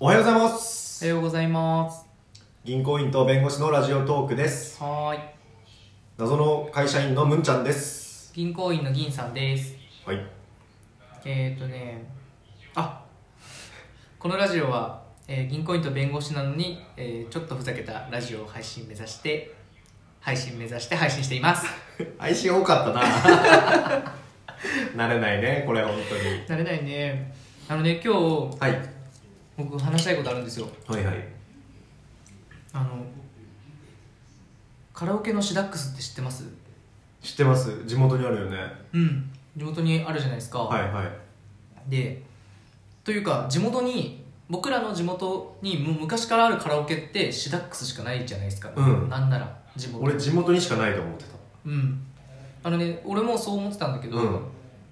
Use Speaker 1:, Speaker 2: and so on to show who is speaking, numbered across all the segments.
Speaker 1: おはようございま
Speaker 2: おは
Speaker 1: す
Speaker 2: ようございます。
Speaker 1: 銀行員と弁護士のラジオトークです
Speaker 2: はーい。
Speaker 1: 謎の会社員のむんちゃんです
Speaker 2: 銀行員の銀さんです。
Speaker 1: はい
Speaker 2: えっ、ー、とね、あこのラジオは、えー銀行員と弁護士なのに、えーちょっとふざけたラジオを配信目指して、配信目指して配信しています。
Speaker 1: 愛心多かったな慣れないねこれ本当
Speaker 2: 慣れないね。あのね、今日、
Speaker 1: に、はい、
Speaker 2: 僕話したいことあるんですよ。
Speaker 1: はいはい
Speaker 2: あの、カラオケのシダックスって知ってます
Speaker 1: 知ってます地元にあるよね
Speaker 2: うん。地元にあるじゃないですか。
Speaker 1: はいはい
Speaker 2: でというか地元に僕らの地元にむ昔からあるカラオケってシダックスしかないじゃないですか、
Speaker 1: うん
Speaker 2: なんなら地元
Speaker 1: 俺地元にしかないと思って
Speaker 2: うんあのね俺もそう思ってたんだけ
Speaker 1: た
Speaker 2: ど、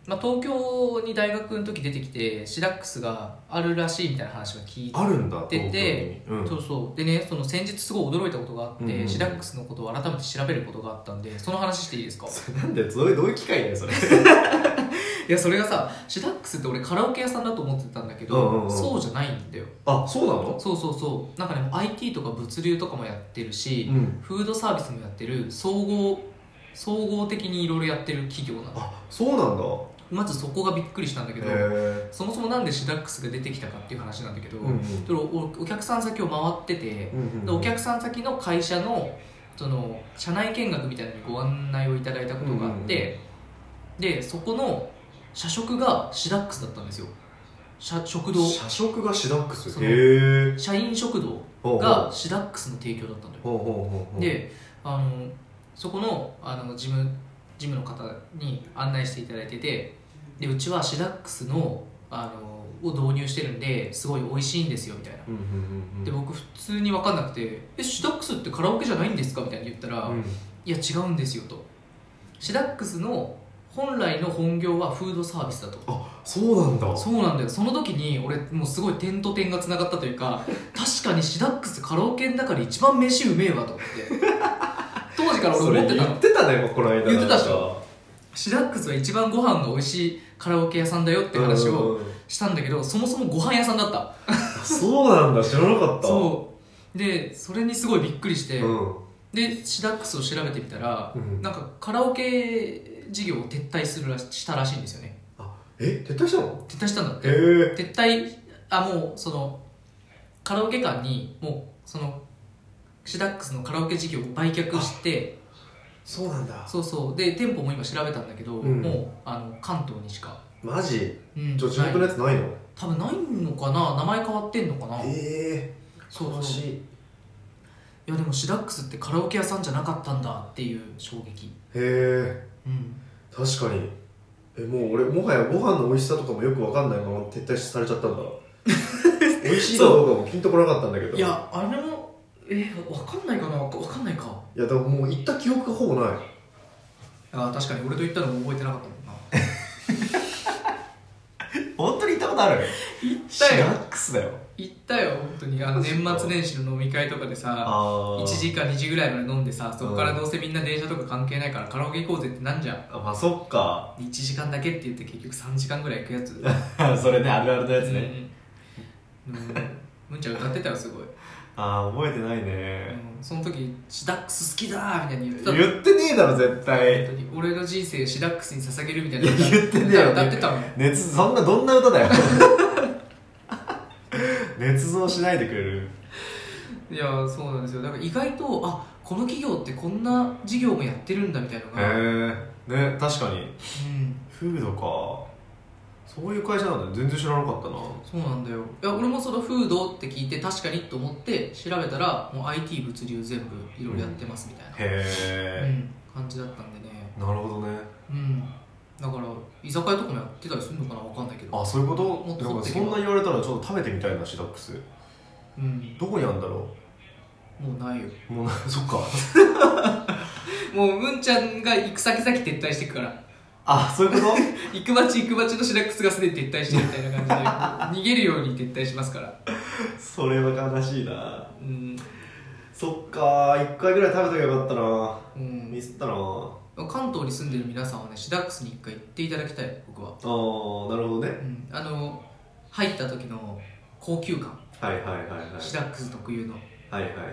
Speaker 2: まあ、東京に大学の時出てきてシダックスがあるらしいみたいな話は聞いて
Speaker 1: あるんだ
Speaker 2: 出て
Speaker 1: 東京にうん
Speaker 2: そうそうでねその先日すごい驚いたことがあって、
Speaker 1: うんうん
Speaker 2: シダックスのことを改めて調べることがあったんでその話していいですか
Speaker 1: なんでどういうどういう機会だよそれ
Speaker 2: いやそれがさシダックスって俺カラオケ屋さんだと思ってたんだけど、
Speaker 1: うんうんうん
Speaker 2: そうじゃないんだよ
Speaker 1: あそうなの
Speaker 2: そうそうそうなんかね IT とか物流とかもやってるし、
Speaker 1: ん
Speaker 2: フードサービスもやってる総合総合的にいろいろやってる企業なの
Speaker 1: あそうなんだ
Speaker 2: まずそこがびっくりしたんだけど、
Speaker 1: へ
Speaker 2: そもそもなんでシダックスが出てきたかっていう話なんだけど、
Speaker 1: うんうん
Speaker 2: それをおお客さん先を回ってて、
Speaker 1: え
Speaker 2: でお客さん先の会社のその社内見学みたいなのにご案内をいただいたことがあって、でそこの社食がシダックスだったんですよ社食堂
Speaker 1: 社食がシダックス
Speaker 2: その
Speaker 1: へえ
Speaker 2: 社員食堂
Speaker 1: ほうほ
Speaker 2: がシダックスの提供だったんだよ
Speaker 1: うほうほうほう
Speaker 2: であのそこのあの事務事務の方に案内していただいててでうちはシダックスのあのを導入してるんですごい美味しいんですよみたいな
Speaker 1: うんうんうんうん
Speaker 2: で僕普通に分かんなくて「えシダックスってカラオケじゃないんですか?」みたいに言ったら「
Speaker 1: うん
Speaker 2: いや違うんですよ」と「シダックスの本来の本業はフードサービスだ」と。
Speaker 1: あそうなんだ
Speaker 2: そうなんだよその時に俺もうすごい点と点がつながったという か確かにシダックスカラオケの中で一番飯うめえわと思って当時から
Speaker 1: そ
Speaker 2: 俺
Speaker 1: れ
Speaker 2: 思って
Speaker 1: 言
Speaker 2: たの
Speaker 1: ってたねこの間
Speaker 2: 言ってたでし
Speaker 1: ょ
Speaker 2: シダックスは一番ご飯が美味しいカラオケ屋さんだよって話をしたんだけどそもそもご飯屋さんだった
Speaker 1: そうなんだ知らなかった
Speaker 2: そうでそれにすごいびっくりして、
Speaker 1: ん
Speaker 2: でシダックスを調べてみたら、
Speaker 1: うん
Speaker 2: なんかカラオケ事業を撤退するらししたらしいんですよね
Speaker 1: え撤退したの
Speaker 2: 撤退したんだって
Speaker 1: へえ
Speaker 2: 撤退あもうそのカラオケ館にもうそのシダックスのカラオケ事業を売却して
Speaker 1: そうなんだ
Speaker 2: そうそうで店舗も今調べたんだけど、
Speaker 1: うん
Speaker 2: もうあの関東にしか、
Speaker 1: マジ
Speaker 2: うん
Speaker 1: じゃあ地元のやつないの
Speaker 2: 多分ないのかな名前変わってんのかな、
Speaker 1: え
Speaker 2: そうそう
Speaker 1: 悲
Speaker 2: い
Speaker 1: しい
Speaker 2: やでもシダックスってカラオケ屋さんじゃなかったんだっていう衝撃
Speaker 1: へえ
Speaker 2: うん
Speaker 1: 確かにえもう俺もはやご飯の美味しさとかもよくわかんないまま撤退されちゃったんだ美味しいかどうかもピンとこなかったんだけど
Speaker 2: いやあれもえわかんないかなわかわかんないか
Speaker 1: いやでももう行った記憶がほぼない
Speaker 2: あ確かに俺と言ったのも覚えてなかったもんな
Speaker 1: 本当に行ったことある
Speaker 2: 行ったよ
Speaker 1: ックスだよ
Speaker 2: 行ったよ本当にあの年末年始の飲み会とかでさ
Speaker 1: ああ
Speaker 2: 1時か2時ぐらいまで飲んでさそこからどうせみんな電車とか関係ないからカラオケ行こうぜってなんじゃん
Speaker 1: あまあそっか
Speaker 2: 1時間だけって言って結局3時間ぐらい行くやつ
Speaker 1: それねあるあるのや
Speaker 2: うんうんむんちゃん歌ってたよすごい、
Speaker 1: ああ覚えてないうね、
Speaker 2: ん、その時シダックス好きだーみたいに言ってた
Speaker 1: 言ってねえだろ絶対
Speaker 2: 本当に俺の人生シダックスに捧げるみたいない
Speaker 1: や言ってねえよ
Speaker 2: 歌ってたもん
Speaker 1: 熱そんなどんな歌だよ 捏造しないでくれる
Speaker 2: いやそうなんですよだから意外とあこの企業ってこんな事業もやってるんだみたいな
Speaker 1: へ
Speaker 2: の
Speaker 1: え
Speaker 2: が、
Speaker 1: ね確かに
Speaker 2: うん
Speaker 1: フードかそういう会社なんだ全然知らなかったな
Speaker 2: そうなんだよいや俺もそのフードって聞いて確かにと思って調べたらもう IT 物流全部いろいろやってますみたいな、
Speaker 1: へ
Speaker 2: う
Speaker 1: え、
Speaker 2: ん感じだったんでね
Speaker 1: なるほどね
Speaker 2: うんだから居酒屋とかもやってたりするのかなわかんないけど
Speaker 1: あそういうこ
Speaker 2: もっ
Speaker 1: と
Speaker 2: と
Speaker 1: なんか
Speaker 2: 取って
Speaker 1: そ
Speaker 2: けば
Speaker 1: んな言われたらちょっと食べてみたいなシダックス
Speaker 2: うん
Speaker 1: どこにあるんだろ
Speaker 2: もうないよ
Speaker 1: うもうなそっか
Speaker 2: もうむんちゃんが行く先々撤退してくから
Speaker 1: あそういうこと
Speaker 2: 行く町行く町のシダックスがすでに撤退してるみたいな感じで逃げるように撤退しますから
Speaker 1: それは悲しいな
Speaker 2: うん、
Speaker 1: そっか1回ぐらい食べとけばよかったな
Speaker 2: うん
Speaker 1: ミ、スったなあ
Speaker 2: 関東に住んでる皆さんはねシダックスに一回行っていただきたい僕は
Speaker 1: ーなるほどね
Speaker 2: うんあの入った時の高級感
Speaker 1: はいはいはいはい
Speaker 2: シダックス特有の
Speaker 1: はいはいはいはい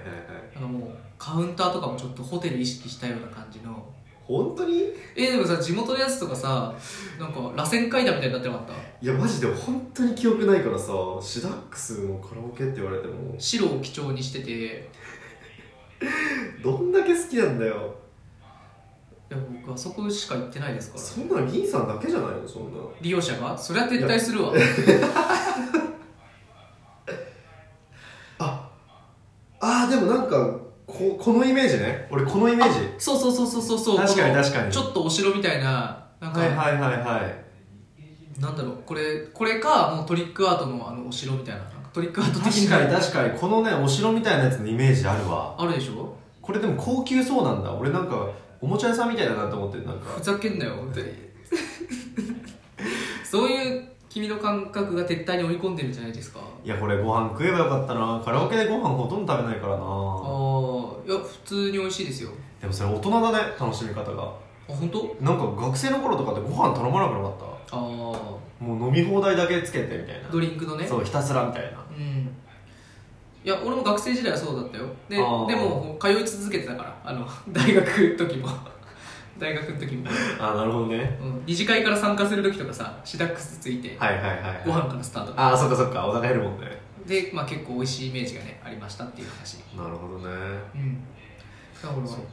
Speaker 2: なんかもうカウンターとかもちょっとホテル意識したような感じの
Speaker 1: 本当に
Speaker 2: えでもさ地元のやつとかさなんか螺旋階段みたいになってなかった
Speaker 1: いやマジで本当に記憶ないからさシダックスのカラオケって言われても
Speaker 2: 白を基調にしててい
Speaker 1: どんだけ好きなんだよ
Speaker 2: や僕あそこしか行ってないですから
Speaker 1: そんなの銀さんだけじゃないのそんな
Speaker 2: 利用者がそりゃ撤退するわ
Speaker 1: ああーでもなんかここのイメージね俺このイメージ
Speaker 2: そうそうそうそうそうそう
Speaker 1: 確かに
Speaker 2: この
Speaker 1: 確かに
Speaker 2: ちょっとお城みたいななんか、
Speaker 1: はいはいはいはい
Speaker 2: なんだろうこれこれかもうトリックアートのあのお城みたいななんかトリックアート的
Speaker 1: 確か
Speaker 2: な
Speaker 1: に確かにこのねお城みたいなやつのイメージあるわ
Speaker 2: あるでしょ
Speaker 1: これでも高級そうなんだ俺なんかおもちゃ屋さんみたいだなと思ってなんか
Speaker 2: ふざけんなよ本当にそういう君の感覚が撤退に追い込んでるんじゃないですか
Speaker 1: いやこれご飯食えばよかったなカラオケでご飯ほとんど食べないからな
Speaker 2: ああいや普通に美味しいですよ
Speaker 1: でもそれ大人だね楽しみ方が
Speaker 2: あ本当
Speaker 1: なんか学生の頃とかってご飯頼まなくなかっ
Speaker 2: あ
Speaker 1: たもう飲み放題だけつけてみたい
Speaker 2: あ
Speaker 1: な
Speaker 2: ドリンクのね
Speaker 1: そうひたすらみたいな
Speaker 2: うんいや俺も学生時代はそうだったよでで
Speaker 1: あー
Speaker 2: も通い続けてたからあの 大学時も 大学の時も、
Speaker 1: あなるほどね
Speaker 2: うん、二次会から参加する時とかさシダックスついて、
Speaker 1: はいはいはい
Speaker 2: ご飯からスタート
Speaker 1: ああそっかそっかお腹減るもんね
Speaker 2: で、まあ、結構美味しいイメージがねありましたっていう話
Speaker 1: なるほどね
Speaker 2: うんだから
Speaker 1: そっか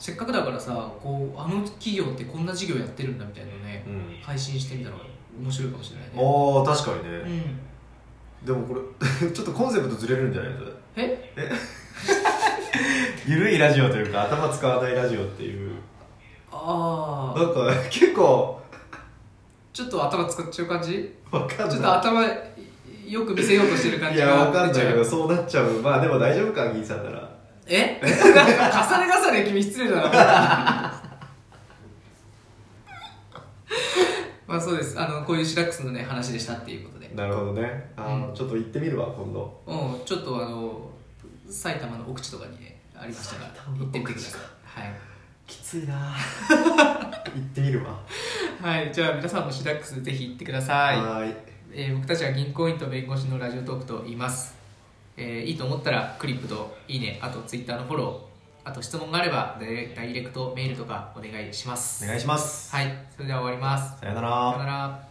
Speaker 2: せっかくだからさこうあの企業ってこんな事業やってるんだみたいなのをね
Speaker 1: うん
Speaker 2: 配信してみたら面白いかもしれないね
Speaker 1: ああ確かに
Speaker 2: う
Speaker 1: ね、
Speaker 2: ん
Speaker 1: でもこれ ちょっとコンセプトずれるんじゃないそれ
Speaker 2: え
Speaker 1: ゆるいラジオというか頭使わないラジオっていう
Speaker 2: あ
Speaker 1: な
Speaker 2: あ
Speaker 1: んか結構
Speaker 2: ちょっと頭使っちゃう感じ
Speaker 1: わかんな
Speaker 2: ちょ
Speaker 1: い
Speaker 2: っと頭よく見せようとしてる感
Speaker 1: い
Speaker 2: じが
Speaker 1: やわかんない
Speaker 2: 出ちゃ
Speaker 1: け
Speaker 2: う
Speaker 1: どそうなっちゃうまあでも大丈夫か銀さんなら
Speaker 2: え なんか重ね重ね君失礼だな まあそうですあのこういうシラックスのね話でしたっていうことで
Speaker 1: なるほどねあー、
Speaker 2: うん
Speaker 1: ちょっと行ってみるわ今度
Speaker 2: うんちょっとあの埼玉の奥地とかにねありましたから
Speaker 1: 埼玉の
Speaker 2: 行
Speaker 1: 奥地
Speaker 2: ってみてくださいはい
Speaker 1: きついな 行ってみるわ
Speaker 2: はい、じゃあ皆さんもシダックスぜひ行ってください、
Speaker 1: はーい
Speaker 2: えー僕たちは銀行員と弁護士のラジオトークと言います、えーいいと思ったらクリップといいねあとツイッターのフォローあと質問があればダイレダイレクトメールとかお願いします
Speaker 1: お願いします
Speaker 2: はいそれでは終わります
Speaker 1: さよな
Speaker 2: さ
Speaker 1: ら
Speaker 2: よなら